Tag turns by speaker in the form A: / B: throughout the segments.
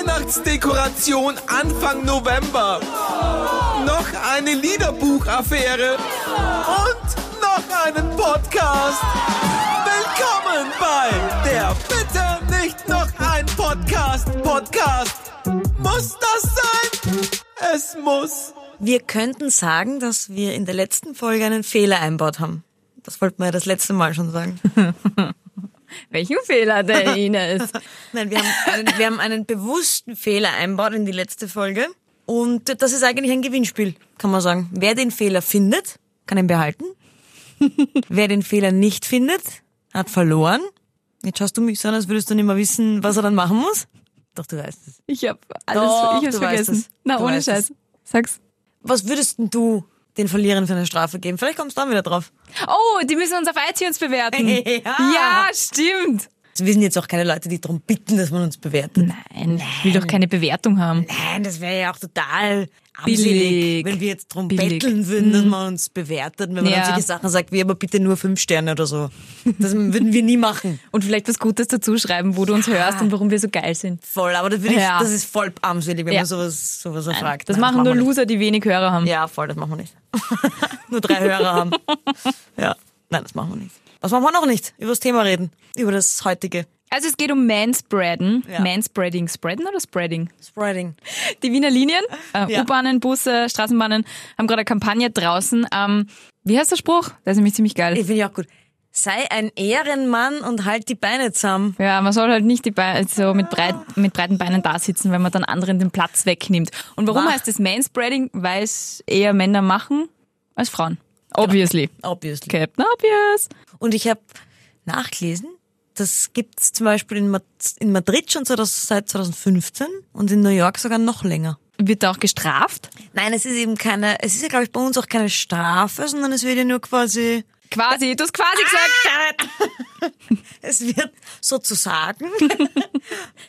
A: Weihnachtsdekoration Anfang November. Noch eine Liederbuchaffäre. Und noch einen Podcast. Willkommen bei der Bitte nicht noch ein Podcast. Podcast. Muss das sein? Es muss.
B: Wir könnten sagen, dass wir in der letzten Folge einen Fehler einbaut haben. Das wollten wir ja das letzte Mal schon sagen.
C: Welchen Fehler der Ines?
B: Nein, wir haben, einen, wir haben einen bewussten Fehler einbaut in die letzte Folge. Und das ist eigentlich ein Gewinnspiel, kann man sagen. Wer den Fehler findet, kann ihn behalten. Wer den Fehler nicht findet, hat verloren. Jetzt schaust du mich so an, als würdest du nicht mehr wissen, was er dann machen muss. Doch, du weißt es.
C: Ich habe alles
B: Doch,
C: ich hab's
B: du weißt
C: vergessen.
B: es.
C: Na,
B: Du
C: ohne
B: weißt es.
C: Scheiß. Sag's.
B: Was würdest denn du den Verlierern für eine Strafe geben? Vielleicht kommst du dann wieder drauf.
C: Oh, die müssen uns auf iTunes bewerten.
B: Ja.
C: ja
B: Ah.
C: stimmt.
B: Es wissen jetzt auch keine Leute, die darum bitten, dass man uns bewertet.
C: Nein, ich will doch keine Bewertung haben.
B: Nein, das wäre ja auch total
C: Billig.
B: armselig, wenn wir jetzt drum
C: Billig. Mhm.
B: betteln würden, dass man uns bewertet, wenn man
C: Ja.
B: dann solche Sachen sagt, wie aber bitte nur fünf Sterne oder so. Das würden wir nie machen.
C: Und vielleicht was Gutes dazu schreiben, wo du uns hörst und warum wir so geil sind.
B: Voll, aber das, würde ich,
C: Ja.
B: das ist voll armselig, wenn
C: Ja.
B: man sowas, sowas erfragt.
C: Das
B: Nein,
C: machen nur
B: wir
C: Loser, die wenig Hörer haben.
B: nicht. Ja, voll, das machen wir nicht. nur drei Hörer haben. Ja, nein, das machen wir nicht. Was machen wir noch nicht? Über das Thema reden. Über das heutige.
C: Also es geht um Manspreaden.
B: Ja.
C: Manspreading. Spreaden oder Spreading?
B: Spreading.
C: Die Wiener Linien, äh,
B: Ja.
C: U-Bahnen, Busse, Straßenbahnen haben gerade eine Kampagne draußen. Ähm, wie heißt der Spruch? Der ist nämlich ziemlich geil.
B: Ich finde ich auch gut. Sei ein Ehrenmann und halt die Beine zusammen.
C: Ja, man soll halt nicht die Beine, so mit, breit, mit breiten Beinen da sitzen, weil man dann anderen den Platz wegnimmt. Und warum
B: Wah.
C: heißt das Manspreading? Weil es eher Männer machen als Frauen. Obviously.
B: Obviously.
C: Captain Obvious.
B: Und ich habe nachgelesen, das gibt's zum Beispiel in, Mad in Madrid schon so, das seit 2015 und in New York sogar noch länger.
C: Wird da auch gestraft?
B: Nein, es ist eben keine, es ist ja glaube ich bei uns auch keine Strafe, sondern es wird ja nur quasi,
C: Quasi, du hast quasi gesagt.
B: es wird sozusagen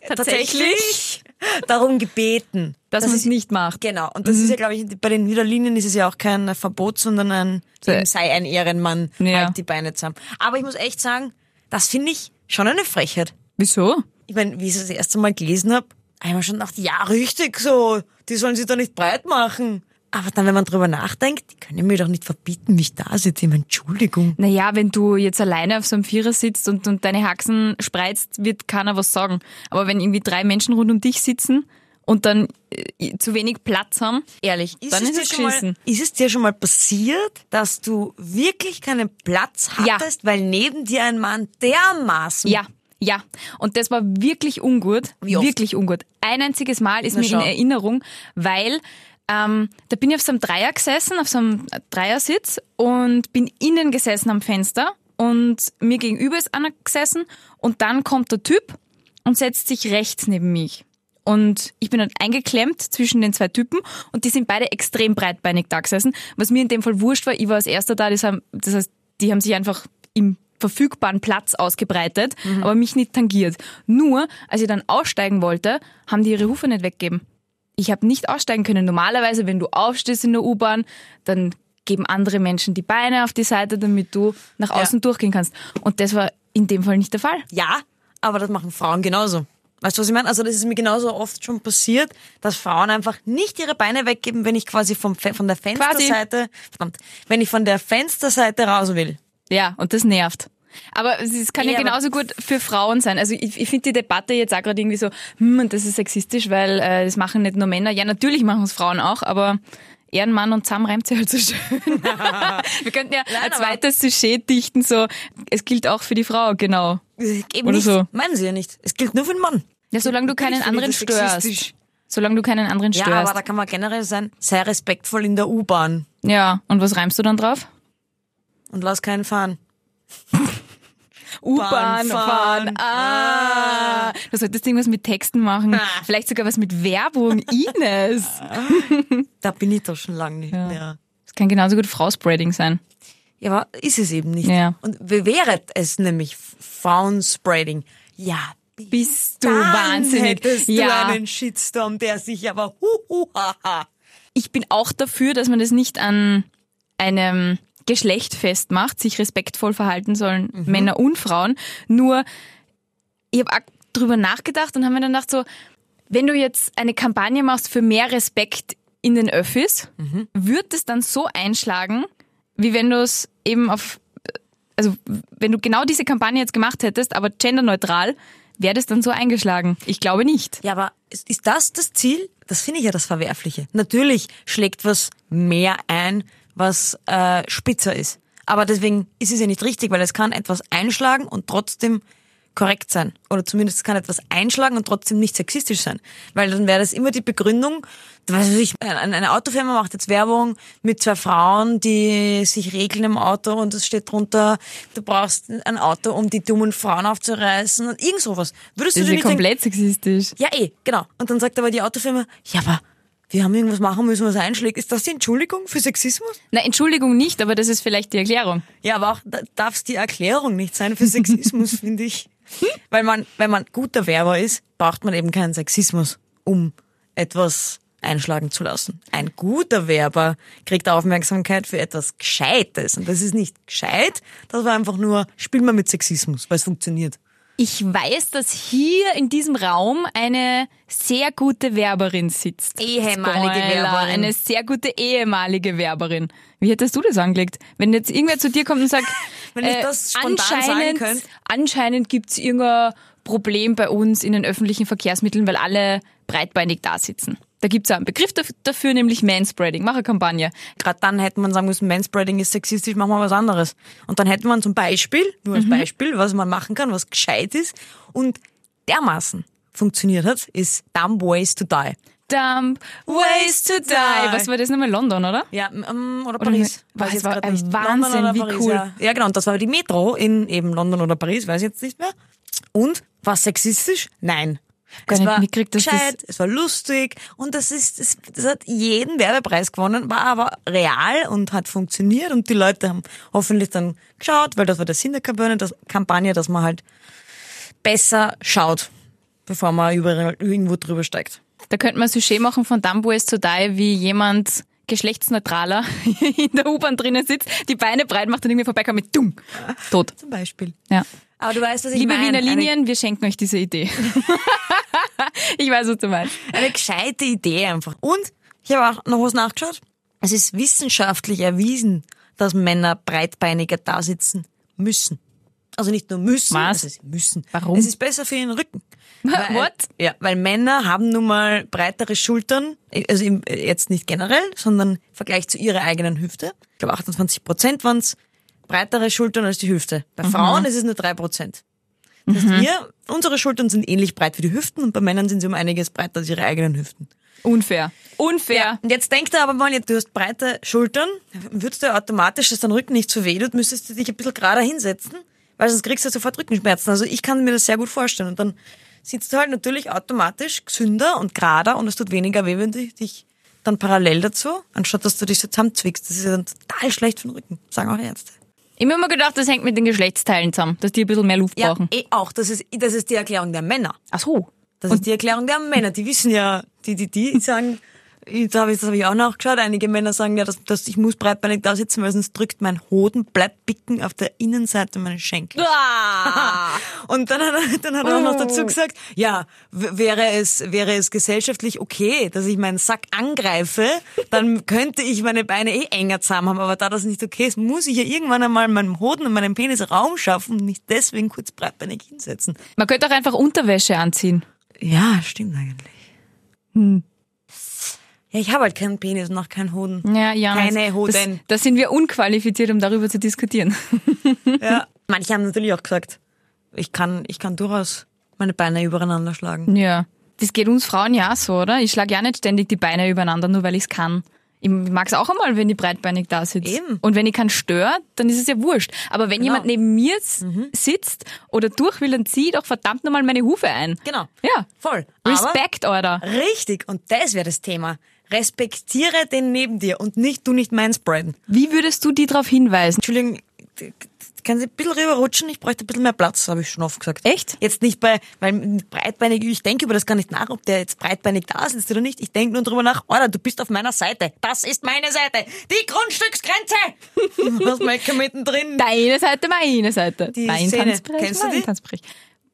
C: Tatsächlich.
B: darum gebeten.
C: Dass man es nicht macht.
B: Genau, und das ist ja glaube ich, bei den Niederlinien ist es ja auch kein Verbot, sondern ein,
C: So.
B: eben sei ein Ehrenmann,
C: Ja.
B: halt die Beine zusammen. Aber ich muss echt sagen, das finde ich schon eine Frechheit.
C: Wieso?
B: ich meine, wie ich es das erste Mal gelesen habe, einmal schon gedacht, ja, richtig so, die sollen sich da nicht breit machen. Aber dann, wenn man drüber nachdenkt, die können mir doch nicht verbieten, mich da sitze. Ich meine, Entschuldigung.
C: Naja, wenn du jetzt alleine auf so einem Vierer sitzt und, und deine Haxen spreizt, wird keiner was sagen. Aber wenn irgendwie drei Menschen rund um dich sitzen und dann äh, zu wenig Platz haben, ehrlich, dann ist es
B: dir schon mal,
C: geschissen.
B: ist es dir schon mal passiert, dass du wirklich keinen Platz
C: Ja.
B: hattest, weil neben dir ein Mann dermaßen...
C: Ja, ja. Und das war wirklich ungut.
B: Wie oft?
C: Wirklich ungut. Ein einziges Mal ist
B: Na
C: mir
B: schau.
C: in Erinnerung, weil ähm, da bin ich auf so einem Dreier gesessen, auf so einem Dreiersitz und bin innen gesessen am Fenster und mir gegenüber ist einer gesessen und dann kommt der Typ und setzt sich rechts neben mich. Und ich bin halt eingeklemmt zwischen den zwei Typen und die sind beide extrem breitbeinig da gesessen. Was mir in dem Fall wurscht war, ich war als erster da, das, haben, das heißt, die haben sich einfach im verfügbaren Platz ausgebreitet, aber mich nicht tangiert. Nur, als ich dann aussteigen wollte, haben die ihre Hufe nicht weggegeben. Ich habe nicht aussteigen können. Normalerweise, wenn du aufstehst in der U-Bahn, dann geben andere Menschen die Beine auf die Seite, damit du nach außen durchgehen kannst. Und das war in dem Fall nicht der Fall.
B: Ja, aber das machen Frauen genauso. Weißt du, was ich meine? Also das ist mir genauso oft schon passiert, dass Frauen einfach nicht ihre Beine weggeben, wenn ich quasi vom, Fe- von der Fensterseite, verdammt, wenn ich von der Fensterseite raus will.
C: Ja, und das nervt. Aber es ist- kann ja,
B: Ja, aber-
C: genauso gut für Frauen sein. Also ich, ich finde die Debatte jetzt auch gerade irgendwie so, hm, und das ist sexistisch, weil äh, das machen nicht nur Männer. Ja, natürlich machen es Frauen auch, aber Ehrenmann und Sam reimt sich halt so schön. Wir könnten ja ein
B: aber-
C: zweites Sujet dichten, so, es gilt auch für die Frau, genau.
B: Eben
C: Oder
B: nicht.
C: so.
B: Meinen sie ja nicht. Es gilt nur für den Mann.
C: Ja, solange du keinen
B: Natürlich
C: anderen
B: finde ich das
C: störst.
B: sexistisch.
C: Solange du keinen anderen
B: Ja,
C: störst.
B: aber da kann man generell sein, sei respektvoll in der U-Bahn
C: ja, und was reimst du dann drauf?
B: und lass keinen fahren. Bahn
C: U-Bahn
B: fahren.
C: fahren. Ah. Du solltest irgendwas mit Texten machen. Vielleicht sogar was mit Werbung. Ines.
B: Da bin ich doch schon lange nicht mehr.
C: Das kann genauso gut Frau-Spreading sein.
B: Ja, aber ist es eben nicht.
C: Ja.
B: Und wie wäre es nämlich Frauenspreading? Ja,
C: Bist du
B: dann
C: wahnsinnig.
B: hättest
C: ja.
B: du einen Shitstorm, der sich aber hu, hu, ha, ha.
C: ich bin auch dafür, dass man das nicht an einem Geschlecht festmacht, sich respektvoll verhalten sollen Männer und Frauen. Nur, ich habe auch drüber nachgedacht und habe mir dann gedacht so, Wenn du jetzt eine Kampagne machst für mehr Respekt in den Öffis, wird es dann so einschlagen, wie wenn du es eben auf, also wenn du genau diese Kampagne jetzt gemacht hättest, aber genderneutral, wäre das dann so eingeschlagen? Ich glaube nicht.
B: Ja, aber ist, ist das das Ziel? Das finde ich ja das Verwerfliche. Natürlich schlägt was mehr ein, was äh, spitzer ist. Aber deswegen ist es ja nicht richtig, weil es kann etwas einschlagen und trotzdem korrekt sein. Oder zumindest es kann etwas einschlagen und trotzdem nicht sexistisch sein. Weil dann wäre das immer die Begründung, was weiß ich, ein- eine Autofirma macht jetzt Werbung mit zwei Frauen, die sich regeln im Auto und es steht drunter, du brauchst ein Auto, um die dummen Frauen aufzureißen und irgend sowas. Würdest
C: Das
B: du
C: ist
B: dir
C: ja
B: nicht denken,
C: komplett sexistisch.
B: ja, eh, genau. Und dann sagt aber die Autofirma, ja, aber wir haben irgendwas machen müssen, was einschlägt. Ist das die Entschuldigung für Sexismus?
C: Na, Entschuldigung nicht, aber das ist vielleicht die Erklärung.
B: Ja, aber auch darf es die Erklärung nicht sein für Sexismus, finde ich. Weil man, wenn man guter Werber ist, braucht man eben keinen Sexismus, um etwas einschlagen zu lassen. Ein guter Werber kriegt Aufmerksamkeit für etwas Gescheites. Und das ist nicht gescheit, das war einfach nur, spiel mal mit Sexismus, weil es funktioniert.
C: Ich weiß, dass hier in diesem Raum eine sehr gute Werberin sitzt.
B: Ehemalige Werberin.
C: Eine sehr gute ehemalige Werberin. Wie hättest du das angelegt? Wenn jetzt irgendwer zu dir kommt und sagt,
B: Wenn ich
C: äh,
B: das spontan sagen
C: anscheinend,
B: könnte.
C: anscheinend gibt's irgendein Problem bei uns in den öffentlichen Verkehrsmitteln, weil alle breitbeinig da sitzen. Da gibt's auch einen Begriff daf- dafür, nämlich Manspreading. Mach eine Kampagne.
B: Gerade dann hätte man sagen müssen, Manspreading ist sexistisch, machen wir was anderes. Und dann hätte man zum Beispiel, nur als Beispiel, was man machen kann, was gescheit ist und dermaßen funktioniert hat, ist Dumb Ways to Die.
C: Dump ways to die. Was war das nochmal? London, oder?
B: Ja, ähm, oder
C: ne-
B: Paris.
C: Weiß
B: ich jetzt
C: war
B: grad
C: ein
B: nicht.
C: Wahnsinn,
B: London oder
C: wie
B: Paris,
C: cool.
B: Ja. ja, genau. Und das war die Metro in eben London oder Paris, weiß ich jetzt nicht mehr. Und war es sexistisch? Nein.
C: gar
B: Es
C: nicht
B: war
C: mitgekriegt, dass das-
B: gescheit, es war lustig und das ist, das, das hat jeden Werbepreis gewonnen, war aber real und hat funktioniert und die Leute haben hoffentlich dann geschaut, weil das war der Sinn der Kampagne, das, Kampagne dass man halt besser schaut, bevor man überall irgendwo drüber steigt.
C: Da könnte man ein Sujet machen von Dumbo is to die, wie jemand geschlechtsneutraler in der U-Bahn drinnen sitzt, die Beine breit macht und irgendwie vorbeikommt mit dumm, tot.
B: Zum Beispiel.
C: Ja.
B: Aber du weißt, was ich
C: Liebe
B: meine.
C: Wiener
B: Eine-
C: Linien, wir schenken euch diese Idee. ich weiß, was du meinst.
B: Eine gescheite Idee einfach. Und ich habe auch noch was nachgeschaut. Es ist wissenschaftlich erwiesen, dass Männer breitbeiniger da sitzen müssen. Also nicht nur müssen,
C: Was?
B: also sie müssen.
C: Warum?
B: Es ist besser für ihren Rücken. Weil,
C: What?
B: Ja, weil Männer haben nun mal breitere Schultern, also im, jetzt nicht generell, sondern im Vergleich zu ihrer eigenen Hüfte. Ich glaube 28 Prozent waren es breitere Schultern als die Hüfte. Bei Frauen ist es nur 3 Prozent. Das heißt, wir, unsere Schultern sind ähnlich breit wie die Hüften und bei Männern sind sie um einiges breiter als ihre eigenen Hüften.
C: Unfair. Unfair.
B: Und jetzt denkt er aber mal, du hast breite Schultern, würdest du automatisch, dass dein Rücken nicht so weh tut, müsstest du dich ein bisschen gerader hinsetzen, weil sonst kriegst du sofort Rückenschmerzen. Also ich kann mir das sehr gut vorstellen. Und dann sitzt du halt natürlich automatisch gesünder und gerader und es tut weniger weh, wenn du dich dann parallel dazu, anstatt dass du dich so zusammenzwickst. Das ist ja dann total schlecht für den Rücken, sagen auch die Ärzte.
C: Ich habe immer gedacht, das hängt mit den Geschlechtsteilen zusammen, dass die ein bisschen mehr Luft brauchen.
B: eh auch. Das ist, das ist die Erklärung der Männer.
C: Ach so.
B: Das ist die Erklärung der Männer. Die wissen ja, die, die, die sagen, ich- da habe ich, das habe ich auch nachgeschaut. Einige Männer sagen ja, dass, dass ich muss breitbeinig da sitzen, weil sonst drückt mein Hoden, bleibt bicken auf der Innenseite meines Schenkels.
C: Ah.
B: Und dann hat er, dann hat er auch noch dazu gesagt, ja, w- wäre es, wäre es gesellschaftlich okay, dass ich meinen Sack angreife, dann könnte ich meine Beine eh enger zusammen haben. Aber da das nicht okay ist, muss ich ja irgendwann einmal meinem Hoden und meinem Penis Raum schaffen und mich deswegen kurz breitbeinig hinsetzen.
C: Man könnte auch einfach Unterwäsche anziehen.
B: Ja, stimmt eigentlich.
C: Hm.
B: Ja, ich habe halt keinen Penis und auch keinen Hoden.
C: Ja, ja.
B: Keine Hoden.
C: Da sind wir unqualifiziert, um darüber zu diskutieren.
B: Ja. Manche haben natürlich auch gesagt, ich kann, ich kann durchaus meine Beine übereinander schlagen.
C: Ja. Das geht uns Frauen ja auch so, oder? Ich schlage ja nicht ständig die Beine übereinander, nur weil ich es kann. Ich mag es auch einmal, wenn ich breitbeinig da sitze.
B: Eben. Genau.
C: Und wenn ich keinen störe, dann ist es ja wurscht. Aber wenn jemand neben mir s-
B: Mhm.
C: sitzt oder durch will, dann zieh doch verdammt nochmal meine Hufe ein.
B: Genau.
C: Ja.
B: Voll.
C: Respect, Order.
B: Aber richtig. Und das wäre das Thema. Respektiere den neben dir und nicht du nicht meins spreaden.
C: Wie würdest du die darauf hinweisen?
B: Entschuldigung, d- d- können Sie ein bisschen rüberrutschen? Ich bräuchte ein bisschen mehr Platz, habe ich schon oft gesagt.
C: Echt?
B: Jetzt nicht bei, weil mit breitbeinig, ich denke über das gar nicht nach, ob der jetzt breitbeinig da sitzt oder nicht. Ich denke nur drüber nach, oder du bist auf meiner Seite. Das ist meine Seite. Die Grundstücksgrenze! Was Mecke mittendrin.
C: Deine Seite, meine Seite.
B: Die
C: dein
B: Szene.
C: Tanzbereich,
B: Kennst du
C: mein
B: die?
C: Tanzbereich.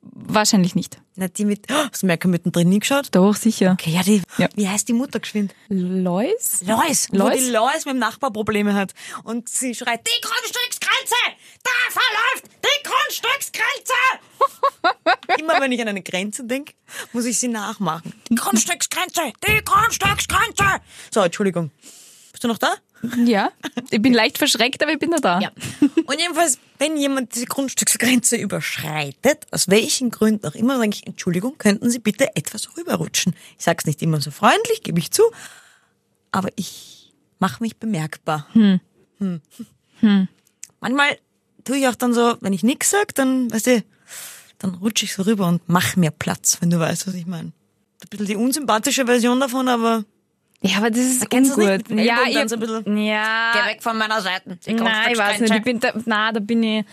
C: Wahrscheinlich nicht.
B: Na, die mit, oh, hast du Merkel mittendrin hingeschaut?
C: Doch, sicher.
B: Okay, ja, die,
C: Ja.
B: wie heißt die Mutter geschwind?
C: Lois?
B: Lois, wo
C: Lois?
B: die Lois mit dem Nachbar Probleme hat. Und sie schreit, die Grundstücksgrenze! Da verläuft die Grundstücksgrenze! Immer wenn ich an eine Grenze denke, muss ich sie nachmachen. Die Grundstücksgrenze! Die Grundstücksgrenze! So, Entschuldigung. Bist du noch da?
C: Ja. Ich bin leicht verschreckt, aber ich bin noch da.
B: Und jedenfalls, wenn jemand diese Grundstücksgrenze überschreitet, aus welchen Gründen auch immer, sage ich, Entschuldigung, könnten Sie bitte etwas rüberrutschen. Ich sag's nicht immer so freundlich, gebe ich zu, aber ich mache mich bemerkbar. Hm. Hm. Hm. Manchmal tue ich auch dann so, wenn ich nix sag, dann, weißt du, dann rutsche ich so rüber und mach mir Platz, wenn du weißt, was ich meine. Ein bisschen die unsympathische Version davon, aber
C: Ja, aber das ist
B: Kennst du's nicht?
C: ungut.
B: Mit dem
C: Ja,
B: Ellbogen dann
C: ich,
B: so ein bisschen-
C: ja.
B: von meiner Seite.
C: Nein, ich weiß nicht. Ich bin da, nein, da bin ich.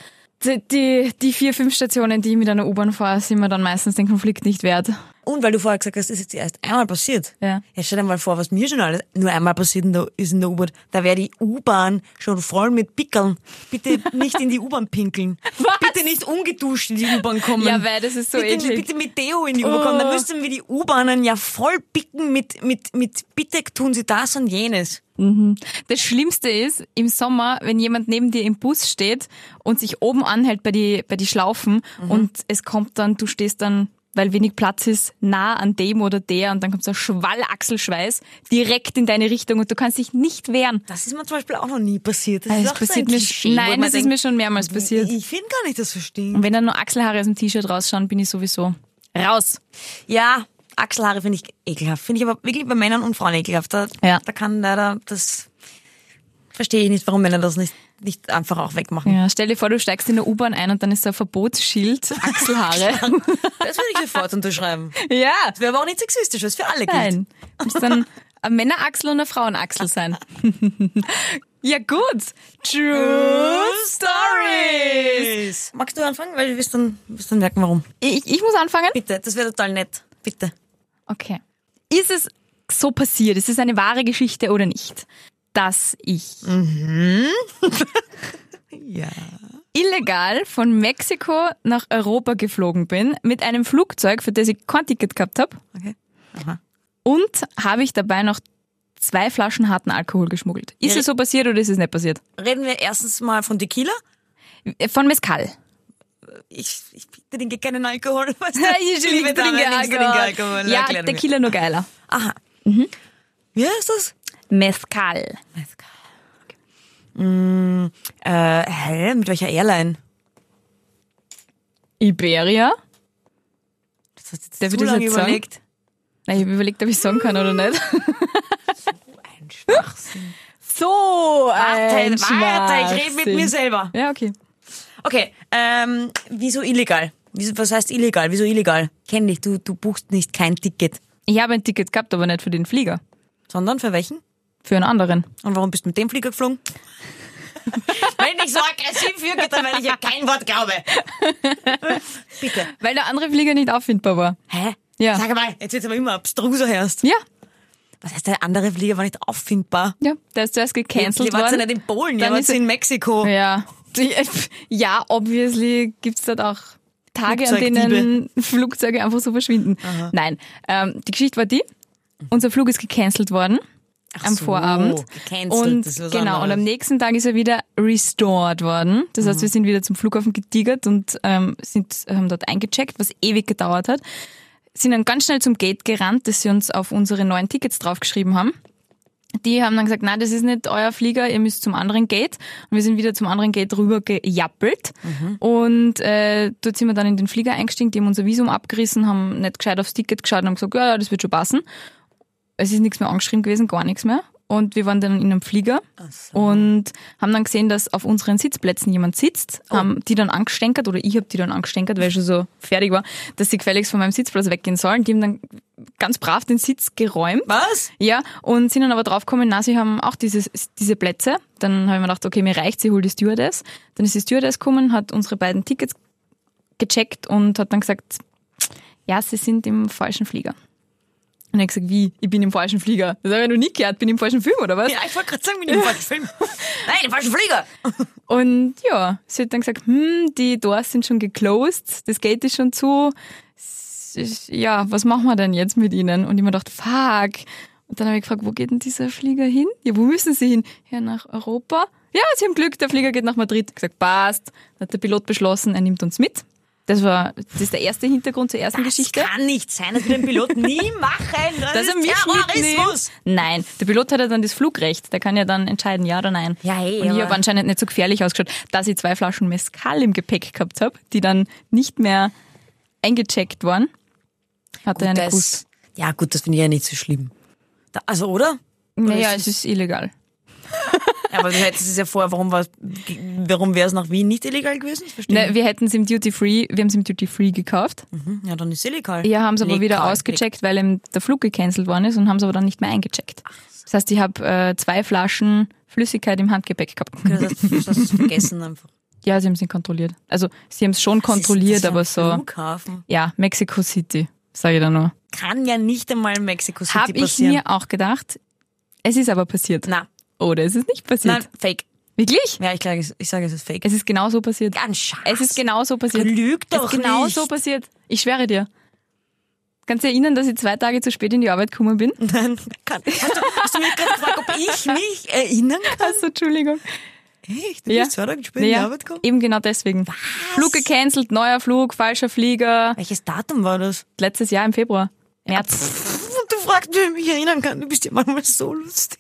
C: Die, die, die vier, fünf Stationen, die ich mit einer U-Bahn fahre, sind mir dann meistens den Konflikt nicht wert.
B: Und weil du vorher gesagt hast, das ist jetzt erst einmal passiert.
C: Ja.
B: ja stell dir mal vor, was mir schon alles nur einmal passiert in der, ist in der U-Bahn. Da wäre die U-Bahn schon voll mit Pickeln. Bitte nicht in die U-Bahn pinkeln.
C: Was?
B: Bitte nicht ungeduscht in die U-Bahn kommen.
C: Ja, weil das ist so
B: bitte,
C: eklig.
B: Bitte mit Deo in die U-Bahn kommen. Dann
C: Oh.
B: müssten wir die U-Bahnen ja voll picken mit, mit, mit bitte tun sie das und jenes.
C: Das Schlimmste ist im Sommer, wenn jemand neben dir im Bus steht und sich oben anhält bei die, bei die Schlaufen und es kommt dann, du stehst dann, weil wenig Platz ist, nah an dem oder der und dann kommt so ein Schwallachselschweiß direkt in deine Richtung und du kannst dich nicht wehren.
B: Das ist mir zum Beispiel auch noch nie passiert. Das
C: Ah,
B: ist
C: das
B: auch so ein
C: passiert mir-
B: Klischee, wo
C: nein,
B: man
C: das ist
B: denkt,
C: mir schon mehrmals passiert.
B: Ich, ich finde gar nicht das Verstehen.
C: Und wenn dann nur Achselhaare aus dem T-Shirt rausschauen, bin ich sowieso raus.
B: Ja, Achselhaare finde ich ekelhaft. Finde ich aber wirklich bei Männern und Frauen ekelhaft. Da,
C: Ja.
B: da kann leider das. Verstehe ich nicht, warum Männer das nicht, nicht einfach auch wegmachen.
C: Ja, stell dir vor, du steigst in der U-Bahn ein und dann ist da ein Verbotsschild, Achselhaare.
B: Das würde ich sofort unterschreiben.
C: ja,
B: Das wäre aber auch nicht sexistisch, was für alle gilt.
C: nein. Du musst dann eine Männerachsel und eine Frauenachsel sein. ja gut, True Stories.
B: Magst du anfangen? Weil du wirst dann, wirst dann merken, warum.
C: Ich, ich muss anfangen?
B: Bitte, das wäre total nett. Bitte.
C: Okay. Ist es so passiert, ist es eine wahre Geschichte oder nicht, dass ich
B: Mhm. Ja.
C: illegal von Mexiko nach Europa geflogen bin mit einem Flugzeug, für das ich kein Ticket gehabt habe
B: Okay. Aha.
C: und habe ich dabei noch zwei Flaschen harten Alkohol geschmuggelt. Ist
B: Ja.
C: es so passiert oder ist es nicht passiert?
B: Reden wir erstens mal von Tequila.
C: Äh, Von Mezcal.
B: Ich, ich trinke keinen Alkohol. Weißt du?
C: Ich
B: liebe Dame,
C: trinke
B: ich trinke Alkohol.
C: Ja,
B: Erklär mir.
C: Tequila nur geiler.
B: Aha. Wie heißt das?
C: Mezcal.
B: Äh, hä? Mit welcher Airline?
C: Iberia.
B: Das hast du jetzt
C: Darf ich
B: zu
C: das
B: lange
C: jetzt sagen?
B: überlegt.
C: Nein, ich habe überlegt, ob ich sagen kann oder nicht.
B: Ein Schwachsinn.
C: So,
B: Warte, warte, ich rede mit mir selber.
C: Ja, okay.
B: Okay, ähm, wieso illegal? Wieso, was heißt illegal? Wieso illegal? Kenn dich, du, du buchst nicht kein Ticket.
C: Ich habe ein Ticket gehabt, aber nicht für den Flieger.
B: Sondern für welchen?
C: Für einen anderen.
B: Und warum bist du mit dem Flieger geflogen? Wenn ich so aggressiv wirke, dann weil ich ja kein Wort glaube. Bitte.
C: Weil der andere Flieger nicht auffindbar war.
B: Hä?
C: Ja.
B: Sag mal, jetzt wird's aber immer abstruser erst.
C: Ja,
B: Was heißt, der andere Flieger war nicht auffindbar?
C: ja. Der ist zuerst gecancelt
B: Die waren ja
C: worden.
B: nicht in Polen, die
C: Dann
B: waren
C: ist er-
B: in Mexiko.
C: Ja. Ja, obviously gibt's dort auch Tage, an
B: Flugzeugdiebe.
C: denen Flugzeuge einfach so verschwinden. Nein, ähm, die Geschichte war die, unser Flug ist gecancelt worden am
B: so,
C: Vorabend.
B: gecancelt,
C: und
B: das ist was
C: genau, und
B: anderes. Mhm.
C: am nächsten Tag ist er wieder restored worden. Das heißt, wir sind wieder zum Flughafen getigert und ähm, sind, haben dort eingecheckt, was ewig gedauert hat. Sind dann ganz schnell zum Gate gerannt, dass sie uns auf unsere neuen Tickets draufgeschrieben haben. Die haben dann gesagt, nein, das ist nicht euer Flieger, ihr müsst zum anderen Gate. Und wir sind wieder zum anderen Gate rüber gejappelt.
B: Mhm.
C: Und äh, dort sind wir dann in den Flieger eingestiegen, die haben unser Visum abgerissen, haben nicht gescheit aufs Ticket geschaut und haben gesagt, ja, ja, das wird schon passen. Es ist nichts mehr angeschrieben gewesen, gar nichts mehr. Und wir waren dann in einem Flieger und haben dann gesehen, dass auf unseren Sitzplätzen jemand sitzt, haben die dann angestänkert, oder ich habe die dann angestänkert, weil ich schon so fertig war, dass sie gefälligst von meinem Sitzplatz weggehen sollen. Die haben dann ganz brav den Sitz geräumt.
B: Was?
C: Ja, und sind dann aber draufgekommen, na, sie haben auch dieses, diese Plätze. Dann habe ich mir gedacht, okay, mir reicht, sie holt die Stewardess. Dann ist die Stewardess gekommen, hat unsere beiden Tickets gecheckt und hat dann gesagt, ja, sie sind im falschen Flieger. Und er hat gesagt, wie? Ich bin im falschen Flieger. Das habe ich noch nie gehört. Bin ich im falschen Film oder was?
B: Ja, ich wollte gerade sagen, mit dem falschen Film. Nein, dem falschen Flieger.
C: Und ja, sie hat dann gesagt, hm, die Doors sind schon geclosed, das Gate ist schon zu. S- ich- Ja, was machen wir denn jetzt mit ihnen? Und ich mir gedacht, fuck. Und dann habe ich gefragt, wo geht denn dieser Flieger hin? Ja, wo müssen sie hin? Ja, nach Europa. Ja, sie haben Glück, der Flieger geht nach Madrid. Ich hab gesagt, passt. Dann hat der Pilot beschlossen, er nimmt uns mit. Das war, das ist der erste Hintergrund zur ersten Geschichte.
B: Das kann nicht sein, dass wir den Piloten nie machen. Das,
C: Dass
B: ist
C: er mich
B: Terrorismus.
C: mitnimmt. Nein, der Pilot hat ja dann das Flugrecht. Der kann ja dann entscheiden, ja oder nein.
B: Ja, eh,
C: Und ich
B: aber-
C: habe anscheinend nicht so gefährlich ausgeschaut, dass ich zwei Flaschen Mezcal im Gepäck gehabt habe, die dann nicht mehr eingecheckt waren. Hat er ja nicht gewusst.
B: Das, ja gut, das finde ich ja nicht so schlimm. Da, also, oder?
C: Naja,
B: ist
C: es ist illegal.
B: Ja, aber du hättest es ja vorher, warum, war's- warum wäre es nach Wien nicht illegal gewesen? Das verstehe
C: Ne, wir hätten es im Duty Free, wir haben es im Duty Free gekauft.
B: ich. Ja, dann ist es illegal.
C: Ne. Ja, haben es aber wieder
B: Legal.
C: ausgecheckt, weil eben der Flug gecancelt worden ist und haben es aber dann nicht mehr eingecheckt. Das heißt, ich habe äh, zwei Flaschen Flüssigkeit im Handgepäck gehabt.
B: Das hast du das hast du vergessen einfach.
C: Ja, sie haben es nicht kontrolliert. Also sie haben es schon kontrolliert,
B: Das ist- das ist
C: aber
B: ja
C: so.
B: ein Flughafen.
C: Ja, Mexico City, sage ich da nur.
B: Kann ja nicht einmal in Mexico City
C: Habe ich
B: passieren.
C: mir auch gedacht. Es ist aber passiert.
B: Na,
C: Oder es ist nicht passiert.
B: nein, fake.
C: Wirklich?
B: Ja, ich, glaub, ich, ich sage, es ist fake.
C: Es ist genau so passiert.
B: Ganz scharf.
C: Es ist genau so passiert.
B: Lüg
C: es
B: doch
C: ist genau
B: nicht.
C: so passiert. Ich schwöre dir. Kannst du erinnern, dass ich zwei Tage zu spät in die Arbeit gekommen bin?
B: Nein, kann. Hast, du, hast du mich gerade gefragt, ob ich mich erinnern kann?
C: Also, Entschuldigung.
B: Echt? Du
C: Ja.
B: bist zwei Tage später in die Arbeit gekommen?
C: eben genau deswegen. Flug gecancelt, neuer Flug, falscher Flieger.
B: Welches Datum war das?
C: Letztes Jahr im Februar. März.
B: Und du fragst, wie ich mich erinnern kann. Du bist ja manchmal so lustig.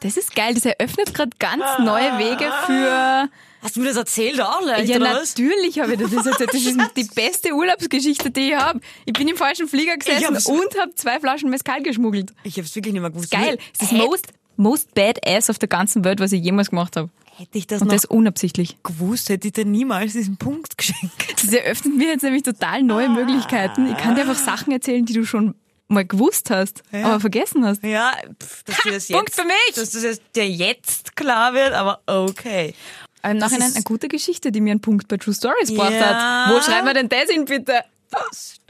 C: Das ist geil. Das eröffnet gerade ganz
B: Ah.
C: neue Wege für
B: Hast du mir das erzählt auch leicht,
C: Ja,
B: oder was?
C: natürlich habe ich das jetzt erzählt. Das ist die beste Urlaubsgeschichte, die ich habe. Ich bin im falschen Flieger
B: Ich
C: gesessen
B: hab's-
C: und habe zwei Flaschen Mezcal geschmuggelt.
B: Ich hab's wirklich nicht mehr gewusst.
C: Geil.
B: Mir-
C: Das ist
B: Hätt-
C: most, most badass auf der ganzen Welt, was ich jemals gemacht habe.
B: Hätte ich das
C: Und
B: noch
C: das unabsichtlich.
B: gewusst, hätte ich dir niemals diesen Punkt geschenkt.
C: Das eröffnet mir jetzt nämlich total
B: Ah.
C: neue Möglichkeiten. Ich kann dir einfach Sachen erzählen, die du schon mal gewusst hast, aber vergessen hast.
B: Ja, pff, dass dir das jetzt,
C: Punkt für mich!
B: Dass das jetzt, dir jetzt klar wird, aber okay.
C: Aber im
B: Das
C: Nachhinein
B: ist-
C: eine gute Geschichte, die mir einen Punkt bei True Stories gebracht
B: Ja.
C: hat. Wo schreiben wir denn das hin, bitte?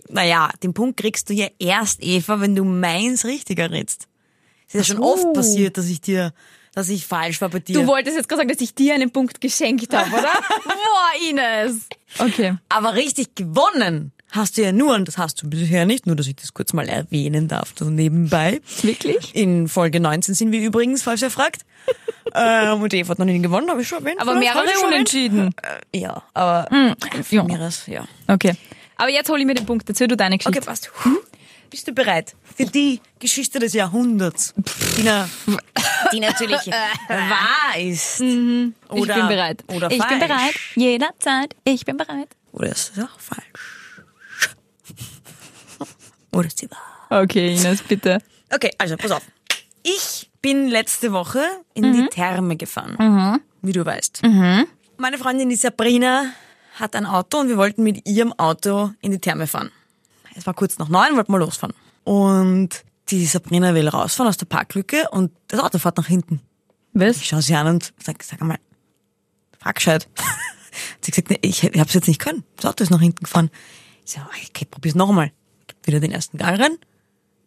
B: Naja, den Punkt kriegst du ja erst, Eva, wenn du meins richtig errätst. Es ist ja schon
C: so.
B: oft passiert, dass ich dir, dass ich falsch war bei dir.
C: Du wolltest jetzt gerade sagen, dass ich dir einen Punkt geschenkt habe, oder? Boah, Ines! Okay.
B: aber richtig gewonnen hast du ja nur, und das hast du bisher nicht, nur dass ich das kurz mal erwähnen darf, so nebenbei.
C: Wirklich?
B: In Folge 19 sind wir übrigens, falls ihr fragt. ähm, und Eva hat noch nie gewonnen, habe ich schon erwähnt.
C: Aber
B: Hab ich
C: mehrere
B: schon erwähnt?
C: Unentschieden. Hm,
B: Ja, aber
C: Ja.
B: mehreres, ja.
C: Okay. Aber jetzt hole ich mir den Punkt. Erzähl du deine
B: Okay,
C: Geschichte.
B: passt. Bist du bereit für die Geschichte des Jahrhunderts? Die, na, die natürlich wahr ist. Oder,
C: Mhm. ich bin bereit.
B: Oder
C: ich
B: falsch.
C: bin bereit. Jederzeit. Ich bin bereit.
B: Oder ist es auch falsch? Oder ist sie wahr?
C: Okay, Ines, bitte.
B: Okay, also pass auf. Ich bin letzte Woche in die Therme gefahren, wie du weißt. Meine Freundin, die Sabrina, hat ein Auto und wir wollten mit ihrem Auto in die Therme fahren. Es war kurz nach neun, wollten wir losfahren. Und die Sabrina will rausfahren aus der Parklücke und das Auto fährt nach hinten.
C: Was?
B: Ich schaue sie an und sag, sag einmal, frag gescheit. hat sie gesagt, nee, ich, ich hab's jetzt nicht können. Das Auto ist nach hinten gefahren. Ich so, okay, probier's noch einmal. Gib wieder den ersten Gang rein,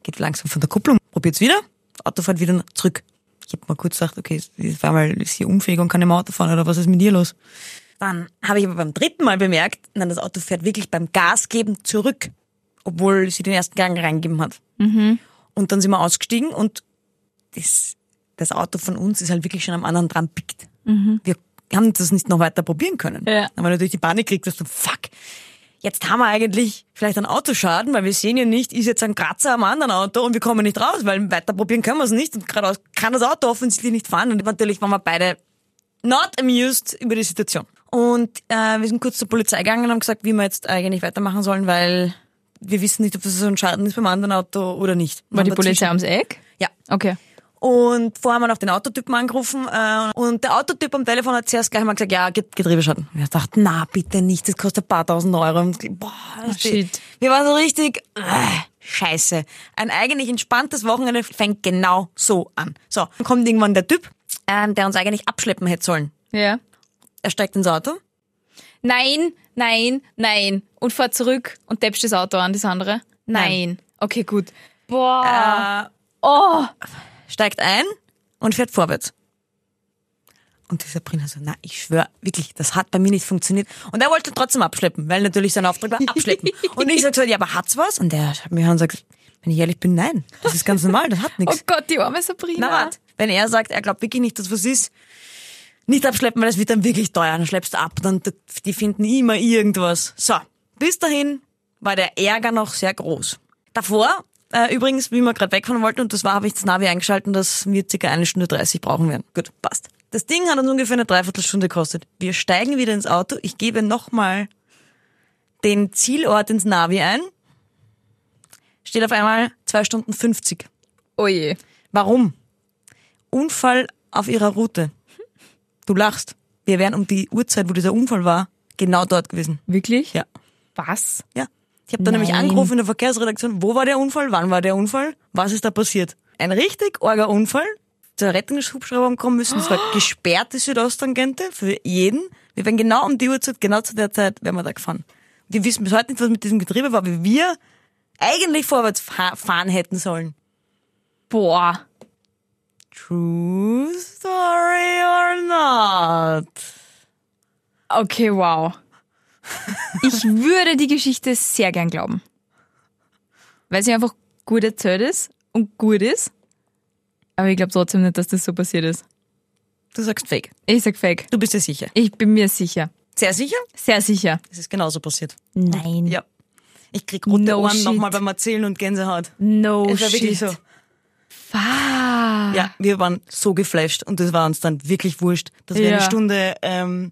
B: geht langsam von der Kupplung, probiert's wieder, das Auto fährt wieder zurück. Ich hab mal kurz gedacht, okay, das war mal, ist hier unfähig und kann im Auto fahren oder was ist mit dir los? Dann habe ich aber beim dritten Mal bemerkt, nein, das Auto fährt wirklich beim Gas geben zurück, obwohl sie den ersten Gang reingegeben hat. Und dann sind wir ausgestiegen und das, das Auto von uns ist halt wirklich schon am anderen dran pickt. Wir haben das nicht noch weiter probieren können.
C: Ja.
B: Dann haben wir natürlich die Panik gekriegt, dass du, fuck, jetzt haben wir eigentlich vielleicht einen Autoschaden, weil wir sehen ja nicht, ist jetzt ein Kratzer am anderen Auto und wir kommen nicht raus, weil weiter probieren können wir es nicht und geradeaus kann das Auto offensichtlich nicht fahren und natürlich waren wir beide not amused über die Situation. Und äh, wir sind kurz zur Polizei gegangen und haben gesagt, wie wir jetzt eigentlich weitermachen sollen, weil wir wissen nicht, ob das so ein Schaden ist beim anderen Auto oder nicht.
C: War die
B: Haben dazwischen-
C: Polizei ums Eck?
B: Ja.
C: Okay.
B: Und vorher haben wir noch den Autotypen angerufen äh, und der Autotyp am Telefon hat zuerst gleich mal gesagt, ja, Get Getriebeschaden. Und ich dachte, na bitte nicht, das kostet ein paar tausend Euro. Und, boah,
C: Oh, shit.
B: Wir waren so richtig, äh, scheiße. Ein eigentlich entspanntes Wochenende fängt genau so an. So, dann kommt irgendwann der Typ, ähm, der uns eigentlich abschleppen hätte sollen.
C: Ja.
B: Er steigt ins Auto,
C: Nein, nein, nein. Und fahr zurück und täpscht das Auto an, das andere. Nein. Okay, gut. Boah.
B: Äh,
C: Oh.
B: steigt ein und fährt vorwärts. Und die Sabrina so, na, ich schwöre, wirklich, das hat bei mir nicht funktioniert. Und er wollte trotzdem abschleppen, weil natürlich sein Auftrag war, abschleppen. und ich sag so, ja, aber hat's was? Und er schaut mich an und sagt, wenn ich ehrlich bin, nein, das ist ganz normal, das hat
C: Oh
B: nichts.
C: Gott, die arme
B: Na,
C: Sabrina.
B: wart, wenn er sagt, er glaubt wirklich nicht, dass was ist, nicht abschleppen, weil das wird dann wirklich teuer. Dann schleppst du ab, dann, die finden immer irgendwas. So, bis dahin war der Ärger noch sehr groß. Davor, äh, übrigens, wie wir gerade wegfahren wollten, und das war, habe ich das Navi eingeschalten, dass wir circa eine Stunde 30 brauchen werden. Gut, passt. Das Ding hat uns ungefähr eine Dreiviertelstunde gekostet. Wir steigen wieder ins Auto, ich gebe nochmal den Zielort ins Navi ein, steht auf einmal zwei Stunden 50.
C: oh je.
B: Warum? Unfall auf ihrer Route. Du lachst. Wir wären um die Uhrzeit, wo dieser Unfall war, genau dort gewesen.
C: Wirklich?
B: Ja.
C: Was?
B: Ja. Ich habe da nämlich
C: Nein.
B: angerufen in der Verkehrsredaktion, wo war der Unfall, wann war der Unfall, was ist da passiert. Ein richtig arger Unfall. Der Rettungshubschrauber haben kommen müssen, es war gesperrte Südosttangente für jeden. Wir wären genau um die Uhrzeit, genau zu der Zeit, wären wir da gefahren. Wir wissen bis heute nicht, was mit diesem Getriebe war, wie wir eigentlich vorwärts fa- fahren hätten sollen.
C: Boah.
B: True story or not?
C: Okay, wow. Ich würde die Geschichte sehr gern glauben. Weil sie einfach gut erzählt ist und gut ist. Aber ich glaube trotzdem nicht, dass das so passiert ist.
B: Du sagst fake.
C: Ich sag fake.
B: Du bist dir sicher.
C: Ich bin mir sicher.
B: Sehr sicher?
C: Sehr sicher.
B: Es ist genauso passiert.
C: Nein.
B: Ja. Ich krieg rote
C: No
B: Ohren
C: shit.
B: nochmal beim Erzählen und Gänsehaut.
C: No
B: es war
C: shit.
B: wirklich so.
C: Ah.
B: Ja, wir waren so geflasht und das war uns dann wirklich wurscht, dass wir
C: Ja.
B: eine Stunde ähm,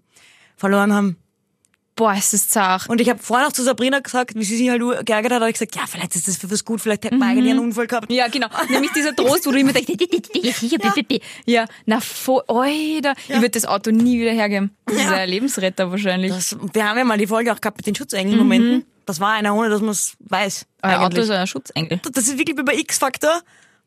B: verloren haben.
C: Boah, es ist zart.
B: Und ich habe vorher noch zu Sabrina gesagt, wie sie sich halt ur- geärgert hat, habe ich gesagt, ja, vielleicht ist das für was gut, vielleicht hätten wir eigentlich einen Unfall gehabt.
C: Ja, genau. Nämlich dieser Trost, wo du immer denkst, ja, na voll, oida. Ich würde das Auto nie wieder hergeben. Das ist
B: Ja.
C: ein Lebensretter wahrscheinlich.
B: Das, wir haben ja mal die Folge auch gehabt mit den Schutzengelmomenten. Das war einer, ohne dass man es weiß.
C: Ein
B: eigentlich.
C: Auto ist ein Schutzengel.
B: Das ist wirklich wie bei X-Factor.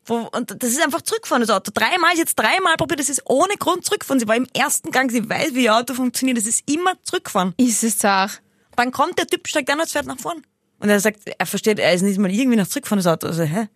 B: Wo, und das ist einfach zurückfahren, das Auto. Dreimal, ich jetzt dreimal probiert, das ist ohne Grund zurückfahren. Sie war im ersten Gang, sie weiß, wie ihr Auto funktioniert, das ist immer zurückfahren.
C: Ist es zart.
B: Dann kommt der Typ, steigt ein und fährt nach vorn. Und er sagt, er versteht, er ist nicht mal irgendwie nach zurückfahren, das Auto. Also, hä?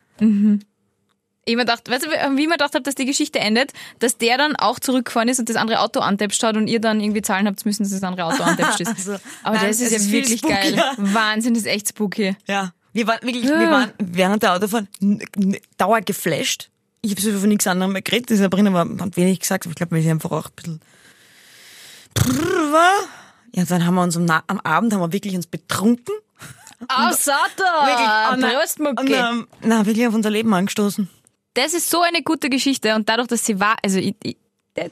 C: Ich mir dachte, weißt du, wie ich mir gedacht habe, dass die Geschichte endet, dass der dann auch zurückgefahren ist und das andere Auto antäpscht hat und ihr dann irgendwie zahlen habt müssen, dass das andere Auto antäpscht ist.
B: Also,
C: Aber
B: nein,
C: das
B: es
C: ist ja
B: ist viel
C: wirklich geil.
B: spookier.
C: Wahnsinn, das ist echt spooky.
B: Ja. Wir waren wirklich, wir
C: Ja.
B: waren während der Autofahrt n- n- dauer geflasht. Ich habe sowieso von nichts anderem mehr geredet. Die Sabrina war, hat wenig gesagt, aber ich glaube, weil sie einfach auch ein bisschen prrr war. Ja, dann haben wir uns am, Na am Abend haben wir wirklich uns betrunken.
C: Au, Satan!
B: und
C: Trostmucki!
B: haben, na, wirklich auf unser Leben angestoßen.
C: Das ist so eine gute Geschichte und dadurch, dass sie war, also ich, ich,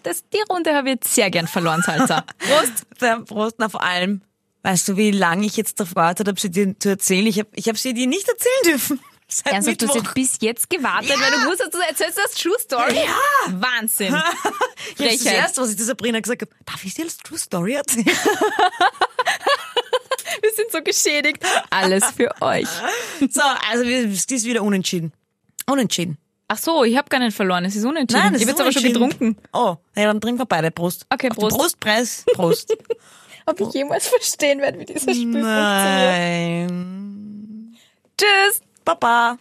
C: das, die Runde habe ich jetzt sehr gern verloren, Salsa. Prost!
B: Der Prost, na, vor allem, weißt du, wie lange ich jetzt darauf gewartet habe, sie dir zu erzählen? Ich habe ich hab sie dir nicht erzählen dürfen. Seit
C: Ernsthaft, du hast
B: Mittwoch.
C: jetzt bis jetzt gewartet, weil du wusstest, du erzählst das True Story. Ja! Wahnsinn!
B: Das ist das
C: Frechheit.
B: Erste, was ich zu Sabrina gesagt habe. Darf ich dir als True Story erzählen?
C: Wir sind so geschädigt. Alles für euch.
B: So, also wir- es ist wieder unentschieden. Unentschieden.
C: Ach so, ich habe gar nicht verloren. Es ist unentschieden.
B: das
C: ich
B: ist
C: habe jetzt aber schon
B: unentschieden.
C: getrunken.
B: Oh, ja, dann trinken wir beide. Prost.
C: Okay,
B: Auf den
C: Prost.
B: Prostpreis. Prost.
C: Ob ich jemals verstehen werde, wie dieses Spiel
B: Nein.
C: Tschüss!
B: Baba.